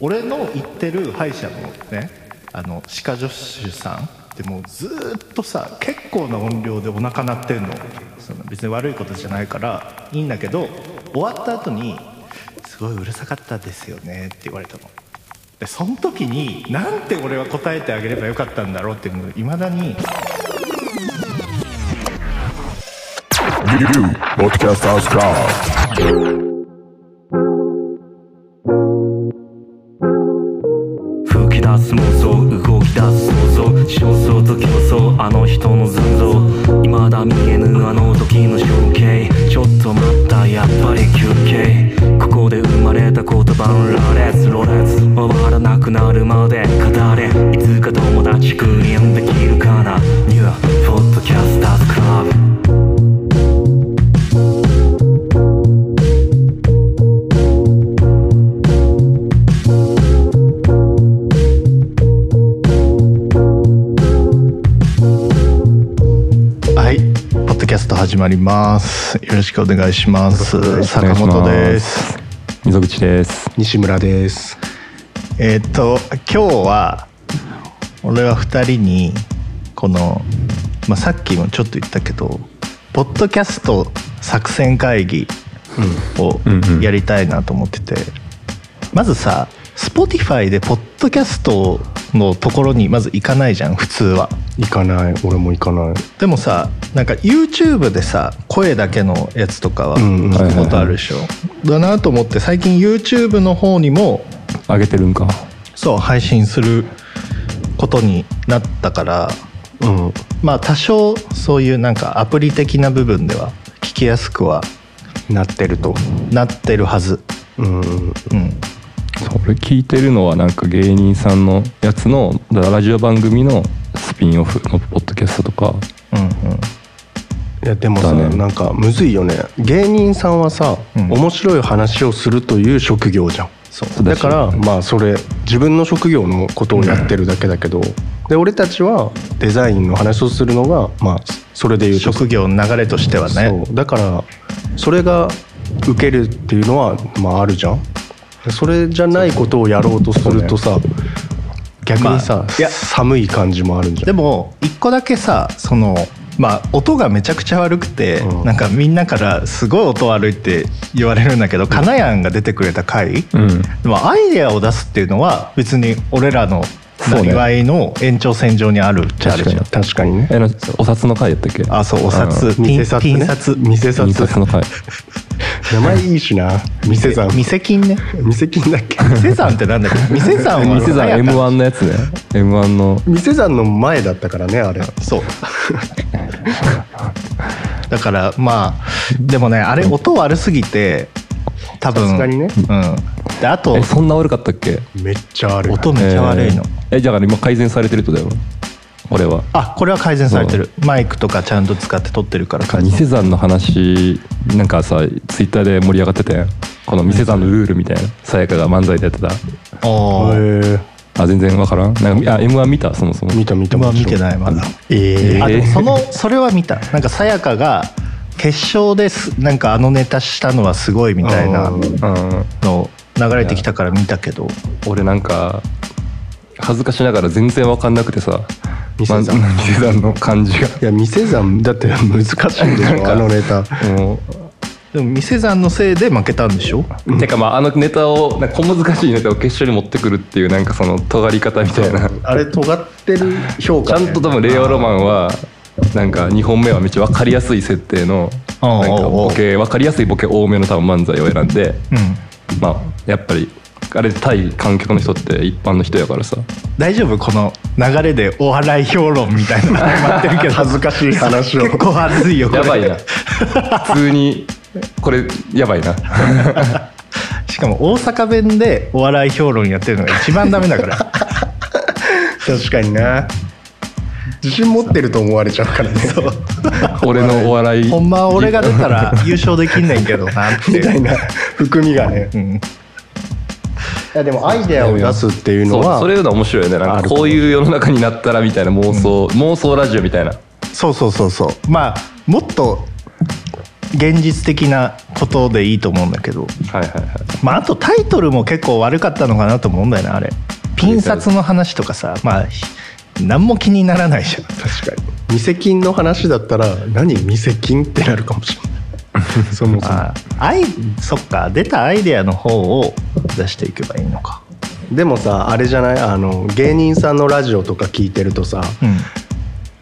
俺の行ってる歯医者のねあの歯科助手さんってもうずーっとさ結構な音量でお腹鳴ってんのその別に悪いことじゃないからいいんだけど終わった後に「すごいうるさかったですよね」って言われたのでその時になんて俺は答えてあげればよかったんだろうっていうのいまだに You podcast house call. 吹き出す妄想動き出す想像焦燥と競争あの人の残像未だ見えぬあの時の情景ちょっと待ったやっぱり休憩ここで生まれた言葉の羅列ロレツ回らなくなるまで語れいつか友達クリアンできるかなニューポッドキャスターズクラブはいポッドキャスト始まりますよろしくお願いします坂本です溝口です。西村です。えーっと今日は俺は2人にこの、まあ、さっきもちょっと言ったけどポッドキャスト作戦会議をやりたいなと思ってて、まずさ Spotify でポッドキャストのところにまず行かないじゃん普通は。行かない、俺も行かない。でもさなんか YouTube でさ声だけのやつとかはん聞くことあるでしょ、だなと思って最近 YouTube の方にもあげてるんか。そう配信することになったからうん、まあ多少そういうなんかアプリ的な部分では聞きやすくはなってると。なってるはずうん、うんそう俺聞いてるのはなんか芸人さんのやつのラジオ番組のスピンオフのポッドキャストとか。うんいやでもさ、だねなんかむずいよね。芸人さんはさ、うん面白い話をするという職業じゃん。そうだから、まあそれ自分の職業のことをやってるだけだけど、で俺たちはデザインの話をするのがまあそれでいううん職業の流れとしてはねそうだからそれが受けるっていうのはまああるじゃんそれじゃないことをやろうとするとさ、逆にさ、まあいや寒い感じもあるんじゃでんも一個だけさそのまあ音がめちゃくちゃ悪くて、うんなんかみんなからすごい音悪いって言われるんだけど、かなやんが出てくれた回、うん。でもアイデアを出すっていうのは別に俺らのうなねりわいの延長線上にあるっちゃあるじゃん。確かにねえのお札の回やったっけ？あ、そう、お札、ピン店札ピねン札、店うん。印札刷の 回。名前いいしな店さん店金ね。店金だっけ店さんってなんだっ け店さんは。店さん M1 のやつね。M1 の。店さんの前だったからねあれそう。だから、まあ、でもね、あれ音悪すぎて、多分。さすがにねうん。で、あとえ、そんな悪かったっけ？めっちゃある音めっちゃ悪いの。えー。えだから今改善されてるとだよ。俺は。あ、これは改善されてる。マイクとかちゃんと使って撮ってるから改ニ善。セザンの話なんかさツイッターで盛り上がってたやんこのニセザンのルールみたいなさやかが漫才でやってたおー。へあ全然わからんなんかあ m 1見たそもそもえ見た見たまあ見ていないまだ。えあえでーもそのそれは見たなんかさやかが決勝ですなんかあのネタしたのはすごいみたいなうんうんの流れてきたから見たけど俺なんか恥ずかしながら全然わかんなくてさニセザンまニセザンの感じがーいや店さんだって難しいんでしょあのネタもでも店さんのせいで負けたんでしょうてかまああのネタをなんか小難しいネタを決勝に持ってくるっていうなんかその尖り方みたいなあれ尖ってる評ち価ゃね、んと多分令和ロマンはなんか2本目はめっちゃ分かりやすい設定のおうおうおうなんかボケ分かりやすいボケ多めの多分漫才を選んでうんまあやっぱりあれ対観客の人って一般の人やからさ大丈夫この流れでお笑い評論みたいなの始まってるけど恥ずかしい話を結構恥ずいよこれやばいな普通にこれやばい なしかも大阪弁でお笑い評論やってるのが一番ダメだから確かにな自信持ってると思われちゃうからね俺のお笑いほんまは俺が出たら優勝できんねんけどなってみたいな含みがねうんいやでもアイデアを出すっていうのそうはそれいうの面白いよねなんあかると思こうういう世の中になったらみたいな妄想、妄想ラジオみたいなそうそうそうそうまあもっと現実的なことでいいと思うんだけど、はいはいはいまあ、あとタイトルも結構悪かったのかなと思うんだよねあれピン札の話とかさまあひ何も気にならないじゃん確かに店金の話だったら何店金ってなるかもしれ ないそもそもあアイそっか出たアイデアの方を出していけばいいのかでもさあれじゃないあの芸人さんのラジオとか聞いてるとさ、うん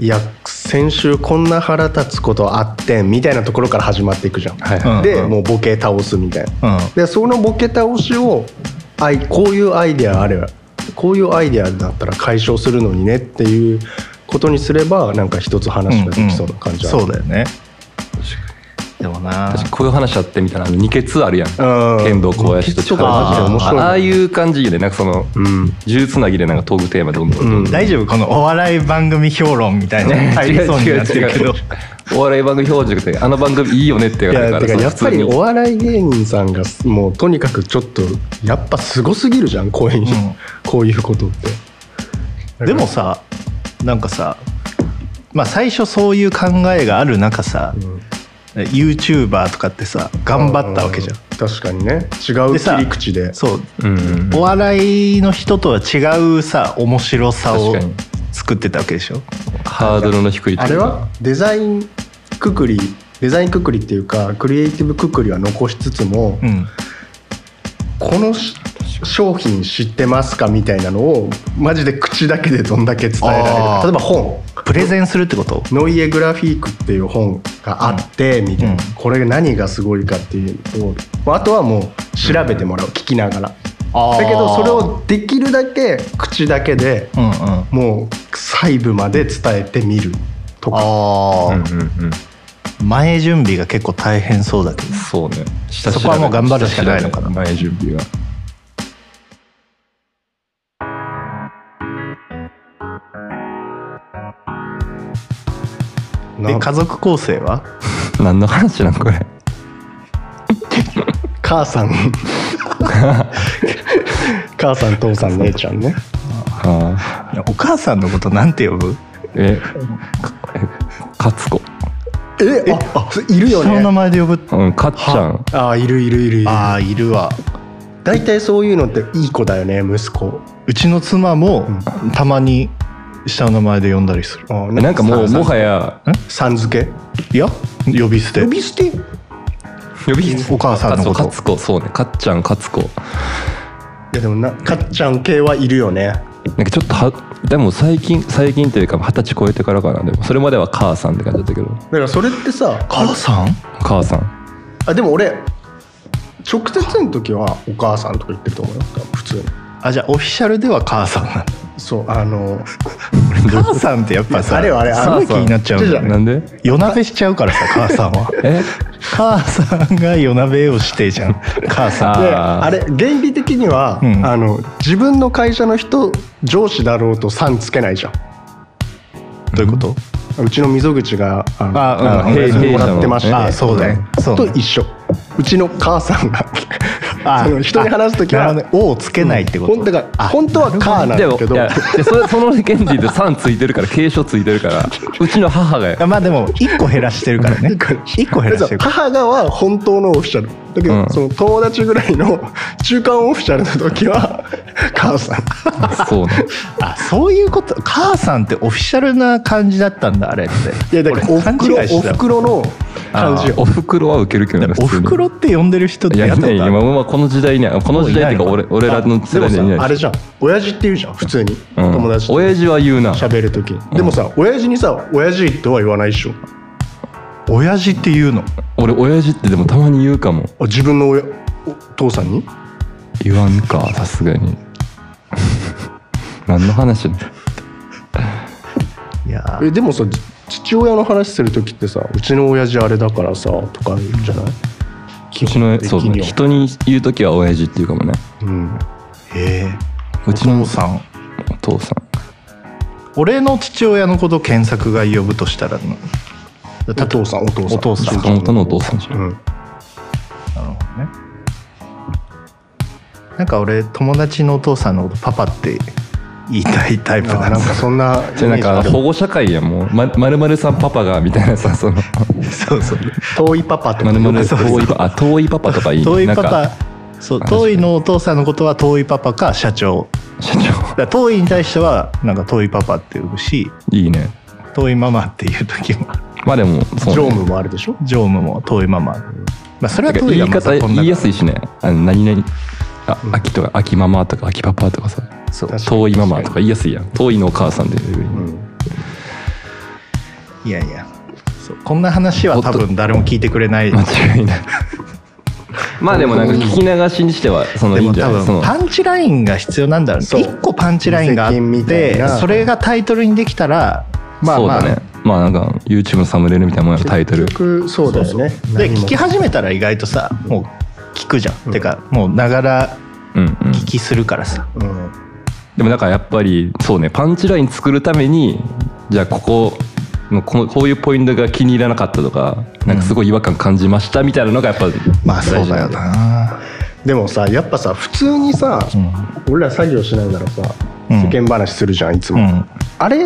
いや先週こんな腹立つことあってんみたいなところから始まっていくじゃん、はいはいで、うんうんもうボケ倒すみたいな、うんでそのボケ倒しをあいこういうアイデアあればこういうアイデアだったら解消するのにねっていうことにすればなんか一つ話ができそうな感じはある、そうだよねでもな確かにこういう話あってみたいなあの二血あるやんうん剣道小林と二血とかあって面白いああいう感じでなんかその銃つなぎでなんかトークテーマどんどんどんどん大丈夫このお笑い番組評論みたいな の入りそうになってるけどお笑い番組表示であの番組いいよねって言いわれやたかてらかそのや普通っぱりにお笑い芸人さんがもうとにかくちょっとやっぱすごすぎるじゃんこういう、んこういうことってでもさなんかさまあ最初そういう考えがある中さ、YouTuber とかってさ頑張ったわけじゃん。確かにね違うで切さり口でそう、うんうんうんお笑いの人とは違うさ面白さを確かに作ってたわけでしょハードルの低いとあいれうかはデザインくくりデザインくくりっていうかクリエイティブくくりは残しつつも、うんこのし商品知ってますかみたいなのをマジで口だけでどんだけ伝えられるあかー例えば本プレゼンするってことノイエグラフィークっていう本があって、みたいな、うんこれ何がすごいかっていうのとあとはもう調べてもらう、聞きながらあーだけどそれをできるだけ口だけでうんうんあもう細部まで伝えてみるとかあうんー、うんうん前準備が結構大変そうだけどそうね下調べそこはもう頑張るしかないのかな下調べ前準備がなで家族構成は何の話なんこれ母 さん母さん父さん姉ちゃんねああいやお母さんのことなんて呼ぶえかえカツコえああいるよ人の名ね前で呼ぶうんかっちゃんあいるいるいるいるああいるわ大体そういうのっていい子だよね息子うちの妻もたまに下の名前で呼んだりするあえなんかもうもはやさん付けいや呼び捨て呼び捨て呼びお母さんのことカツコそうねかっちゃんかつこいやでもなかっちゃん系はいるよねなんかちょっとはでも最近最近というか二十歳超えてからかなでもそれまでは母さんって感じだったけどだからそれってさ母さん母さんあでも俺直接の時はお母さんとか言ってると思うよ多分普通にあじゃあオフィシャルでは母さんなんだそうあの母さんってやっぱさあれはあれすごい気になっちゃうんだよあねなんで夜なべしちゃうからさ母さんはえ母さんが夜なべをしてじゃん母さんであーあれ原理的には、うんあの自分の会社の人上司だろうと「さん」つけないじゃんどういうことうちの溝口があのあうんのうん平均もらってました、あーそうだねそうだとね一緒うちの母さんがあその人に話す時はなるほどね「お」をつけないってことほんだから本当は「母」なんでだもけどいやでそれその原理で「さん」ついてるから継承ついてるからうちの母がよあまあでも1個減らしてるからね1個減らしてるから母がは本当のオフィシャルだけど、うんその友達ぐらいの 中間オフィシャルの時は 母 さんそう ねあそういうこと母さんってオフィシャルな感じだったんだあれっていやだからお俺ふ勘く違ろいおしてたふくろの感じよおふくろはウケるけどねお普通ふにくろって呼んでる人っいてややったいこないとあ今るもうこの時代にはこの時代っていうかもうい俺俺らの世で代もにさはいないあれじゃん親父って言うじゃん普通に、うん友達と親父は言うな喋る時、でもさ親父にさ親父とは言わないでしょ親父っていうの俺親父ってでもたまに言うかもあ自分の親お父さんに言わんかさすがに 何の話いやーえでもさじ父親の話する時ってさうちの親父あれだからさとか言うじゃないうちのそうねには人に言う時は親父っていうかもねうんへえうちのお父さんお父さん俺の父親のこと検索が呼ぶとしたらお父さんお父さんお父さんうち坂本のお父さんじゃん、うんなるほどねなんか俺友達のお父さんのことパパって言いたいタイプなあーんでなんすかそんなじゃあなんか保護社会やんもうまるまるさんパパがみたいなさそのそうそう遠いパパとまかるまる そうそう遠いパパあ遠いパパとかいい遠いパなんパかそう遠いのお父さんのことは遠いパパか社長社だから遠いに対してはなんか遠いパパって呼ぶし長いいね遠いママっていう時もまあでもそう、ね、常務もあるでしょ常務も遠いママまあそれはなんか遠い言がいま方たこん言ないやすいしねあの何々あ秋とか秋ママとか秋パパとかさそう確かに遠いママとか言いやすいやん遠いのお母さんで、いやいやそうこんな話は多分誰も聞いてくれないで間違いない まあでもなんか聞き流しにしてはそのいいもんじゃ多ないそ分のパンチラインが必要なんだろうねそう一個パンチラインがあっ無責任みたいてなそれがタイトルにできたらまあそうまだあ、ねまあなんか YouTube のサムネイルみたいなもんやろタイトル結局そうだよねで聞きは始めたら意外とさもう聞くじゃん、てかもうながらうんうん聞きするからさ、うんでもだからやっぱりそうねパンチライン作るためにじゃあここのこのこういうポイントが気に入らなかったとかなんかすごい違和感感じましたみたいなのがやっぱまあそうだよなでもさやっぱさ普通にさ、俺ら作業しながらさうん世間話するじゃんいつうも、んあれ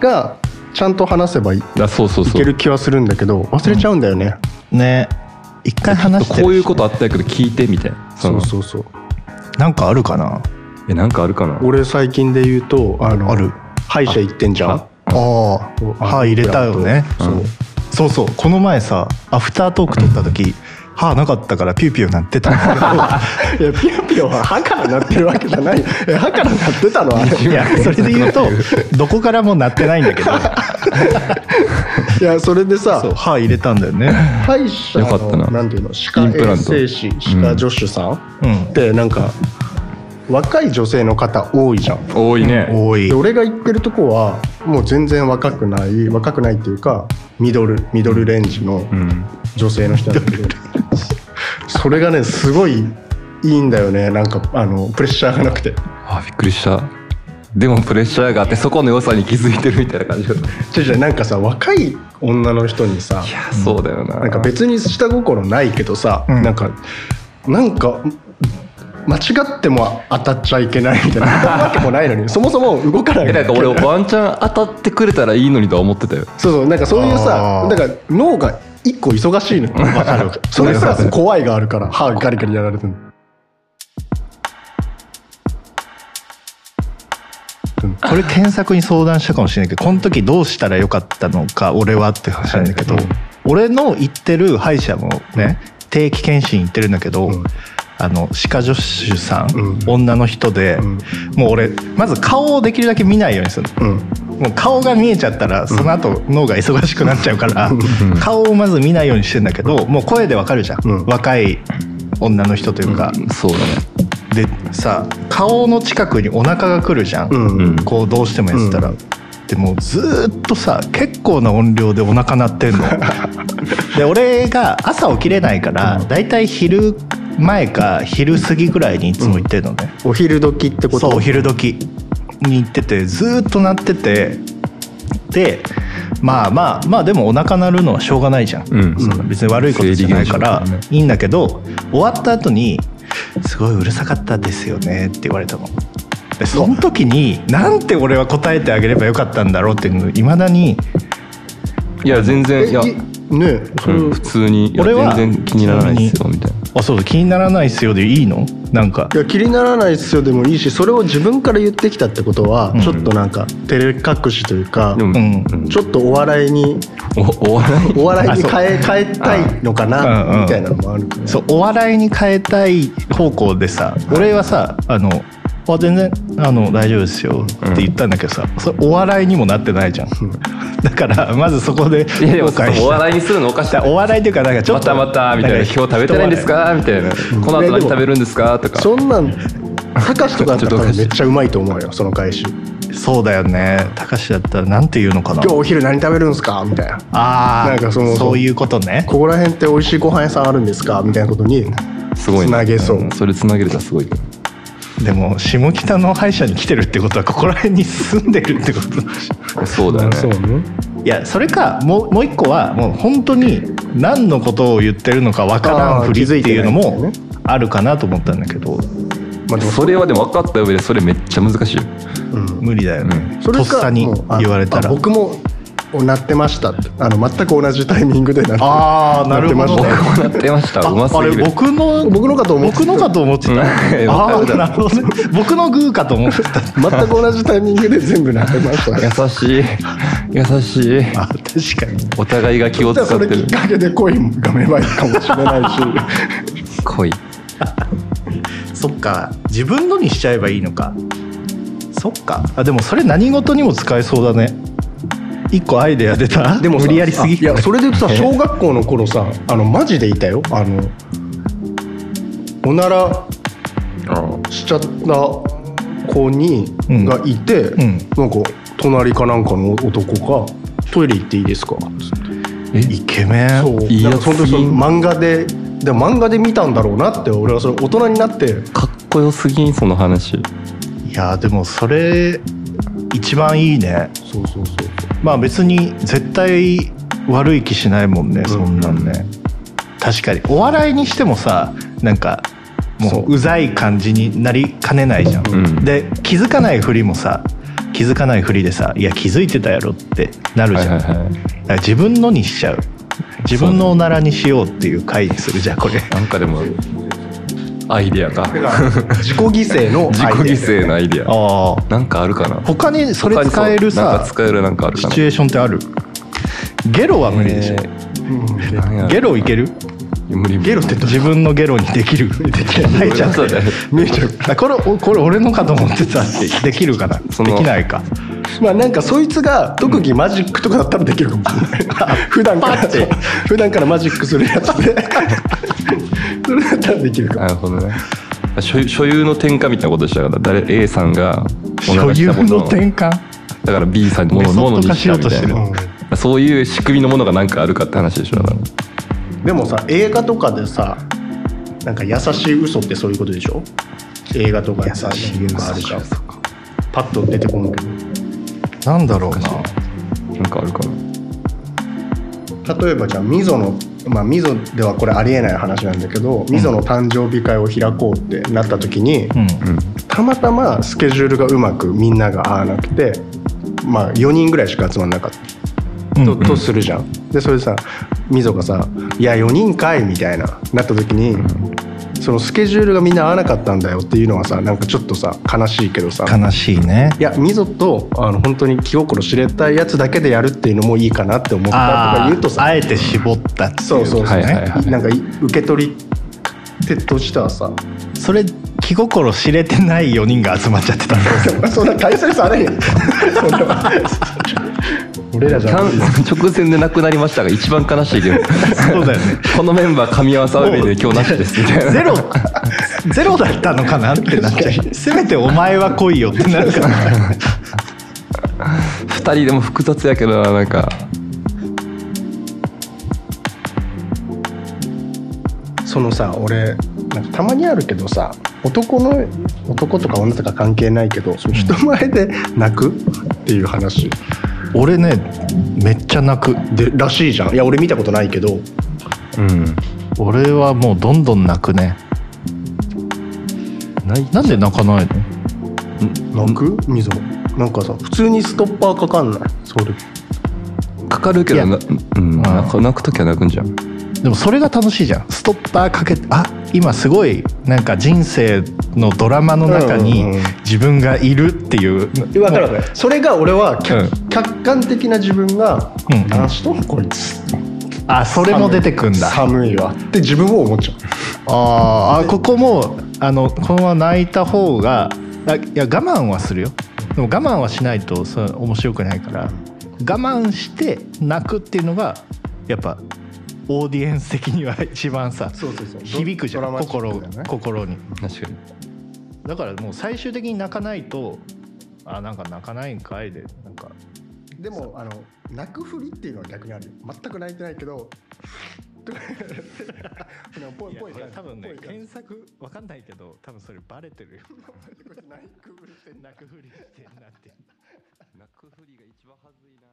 がちゃんと話せばいいあそうそうそうける気はするんだけど忘れちゃうんだよね、ね一回話してこういうことあったやけど聞いてみたいなそそうのそうそうなんかあるかなえなんかあるかな俺最近で言うとあのある歯医者行ってんじゃんああ歯入れたよねそうそうそうこの前さアフタートーク撮った時歯なかったからピューピューなってたんだけどいやピヨピヨは歯からなってるわけじゃないよえ歯からなってたのあれいやそれで言う とどこからもなってないんだけどいやそれでさそう歯入れたんだよね歯医者よかったのななんていうの歯科インプラ衛ント生士歯科助手さん、うんってなんか若い女性の方多いじゃん多いね多いで俺が行ってるとこはもう全然若くない若くないっていうかミドルミドルレンジのうん女性の人なんだけどそれがねすごいいいんだよねなんかあのプレッシャーがなくてあびっくりしたでもプレッシャーがあってそこの良さに気づいてるみたいな感じがちょちょなんかさ若い女の人にさそうだよななんか別に下心ないけどさ、んなんかなんか間違っても当たっちゃいけないみたい な当たるわけもないのにそもそも動かないえなんか俺そうワンチャン当たってくれたらいいのにとは思ってたよそうなんかそういうさあーだから脳が一個忙しいの分かるそれプラス怖いがあるから歯ガリガリやられてるこれ検索に相談したかもしれないけどこの時どうしたらよかったのか俺はって話なんだけど、俺の行ってる歯医者もね定期検診行ってるんだけど、うんあの歯科助手さん、うん女の人で、んもう俺まず顔をできるだけ見ないようにするうんもう顔が見えちゃったらその後脳が忙しくなっちゃうから、顔をまず見ないようにしてんだけどもう声でわかるじゃん、うん若い女の人というか、そうだねでさ顔の近くにお腹が来るじゃん、うんうんこうどうしてもやってたら、でもうずーっとさ結構な音量でお腹鳴ってんの で俺が朝起きれないからだいたい昼前か昼過ぎぐらいにいつも行ってるのね、お昼時ってことそうお昼時に行っててずーっと鳴っててでまあまあまあでもお腹鳴るのはしょうがないじゃん、うんそんな別に悪いことじゃないから生理現象だからねいいんだけど終わった後に「すごいうるさかったですよね」って言われたの。でその時になんて俺は答えてあげればよかったんだろうっていうのいまだにいや全然いや、えいねそれうん普通にいや俺は全然気にならないですよみたい「あそうだ気にならないっすよ」でいいのなんかいや気にならないっすよでもいいしそれを自分から言ってきたってことは、ちょっとなんか照れ隠しというかなでも、うんちょっとお笑いにおお笑い お笑いにあそう変え変えたいのうかんうんなみたいなのもあるからそうお笑いに変えたい方向でさ俺はさあのあ全然あの大丈夫ですよって言ったんだけどさ、それお笑いにもなってないじゃん、 だからまずそこで後いやでも悔したお笑いにするのおかしいだからお笑いっていうかなんかちょまっとたまたみたいな今日食べてないんですかみたいなこの後何食べるんですかとかそんなん高橋とかだったら多分めっちゃうまいと思うよその返し人今はそうだよねたかしだったらなんて言うのかな日お昼何食べるんすかみたいなああなんかそのそういうことねここら辺って美味しいご飯屋さんあるんですかみたいなことにすごいねつなげそうんそれつなげれたらすごいでも下北の歯医者に来てるってことはここら辺に住んでるってことだしそうだよねねいやそれかもうもう一個はもう本当に何のことを言ってるのかわからんふりっていうのあー気づいてなもいんだあるかなと思ったんだけどまあでもそれはでも分かった上でそれめっちゃ難しいよ無理だよね、それとかっさにもうあ言われたらあ僕もなってましたってあの全く同じタイミングでなってあーなるほどねなってましこうなってましたうますああぎれる僕の僕のかと思ってた僕のかと思ってた うんああなるほどね僕のグーかと思ってたた全く同じタイミングで全部なってま したね優しい優しいあ確かにお互いが気をじ使ゃあそってれきっるかけで恋もが芽生えるかもしれないし恋そっか自分のにしちゃえばいいのかそっかあでもそれ何事にも使えそうだね一個アイデア出たでもさ無理やりすぎあいやそれで言うとさ小学校の頃さあのマジでいたよあのおならしちゃった子に、うんがいて、んなんか隣かなんかの男が「トイレ行っていいですか?」イケメンそういいやだから本当にその漫画ででも漫画で見たんだろうなって俺はそれ大人になってかっこよすぎんその話いやでもそれ一番いいねそうそうそうまあ別に絶対悪い気しないもんねそんなんね、確かにお笑いにしてもさなんかもううざい感じになりかねないじゃん、うんで気づかないふりもさ気づかないふりでさ「いや気づいてたやろ」ってなるはじいゃん、はいはいだから自分のにしちゃう自分のおならにしようっていう回にするじゃあこ れなんかでもアイデアが自己犠牲の自己相手犠牲のアイデアああなんかあるかな他にそれ他に使えるそうなんさか使えるなんかあるシかなチュエーションってあるゲロは無理でしょ、なんやゲロいける無理無理ゲロって自分のゲロにできるないじゃんそうだね見えちゃうあこれおこれ俺のかと思ってたできるかなでそのきないかまあなんかそいつが特技マジックとかだったらできるかもしれない 普段からッて普段からマジックするやつでそれだったらできるかもなるほどね所有所有の転換みたいなことでしたから誰 A さんがおな所らし有たもののを転換だから B さんにものメソもッドのに化ししよたみうとたしいてるな、そういう仕組みのものが何かあるかって話でしょだからでもさ映画とかでさなんか優しい嘘ってそういうことでしょ映画とかでさ優しい嘘なんかあるじゃんパッと出てこんけどなんだろうななんかあるかな例えばじゃあ溝のまあ溝ではこれありえない話なんだけど溝の誕生日会を開こうってなった時に、たまたまスケジュールがうまくみんなが合わなくてまあ4人ぐらいしか集まんなかった、ととするじゃん。でそれでさ溝がさ「いや4人かい」みたいななった時に。そのスケジュールがみんな合わなかったんだよっていうのはさなんかちょっとさ悲しいけどさ悲しいねいや溝とあの本当に気心知れたやつだけでやるっていうのもいいかなって思ったとかあ言うとーさあえて絞ったっていそうそうそう、はいはいはいなんかい受け取り手としてはさ それ気心知れてない4人が集まっちゃってたんだそんな大切さあれへんよそんな俺らじゃな単い 直前でなくなりましたが一番悲しいけどそうだよね このメンバー噛み合わさるで今日なしですみたいなゼロゼロだったのかなってなっちゃうせめてお前は来いよってなるから2人でも複雑やけどななんかそのさ俺なんかたまにあるけどさ男の男とか女とか関係ないけどその人前で泣くっていう話俺ねめっちゃ泣くでらしいじゃんいや俺見たことないけどうん俺はもうどんどん泣くねなんで泣かないの泣く溝なんかさ普通にストッパーかかんないそれかかるけいやどな、うん、泣く泣く時は泣くんじゃんでもそれが楽しいじゃんストッパーかけてあ今すごいなんか人生のドラマの中にうんうんうん自分がいるっていう分かる分かるそれが俺は客,、う客観的な自分がうんうん「何しとんこいつ」あそれも出てくんだ寒いわって自分も思っちゃうあーあここもあのこのまま泣いた方があいや我慢はするよでも我慢はしないとそれ面白くないから我慢して泣くっていうのがやっぱオーディエンス的には一番さそうそうそう響くじゃドんラマチッ心クだよね心に確かにだからもう最終的に泣かないとあなんか泣かないんかいでなんかでもあの泣くふりっていうのは逆にあるよ全く泣いてないけど なんかぽいぽいじゃん多分ねぽい感検じ索わかんないけど多分それバレてるよ泣くふりして泣くふりしてなって泣くふりが一番はずいな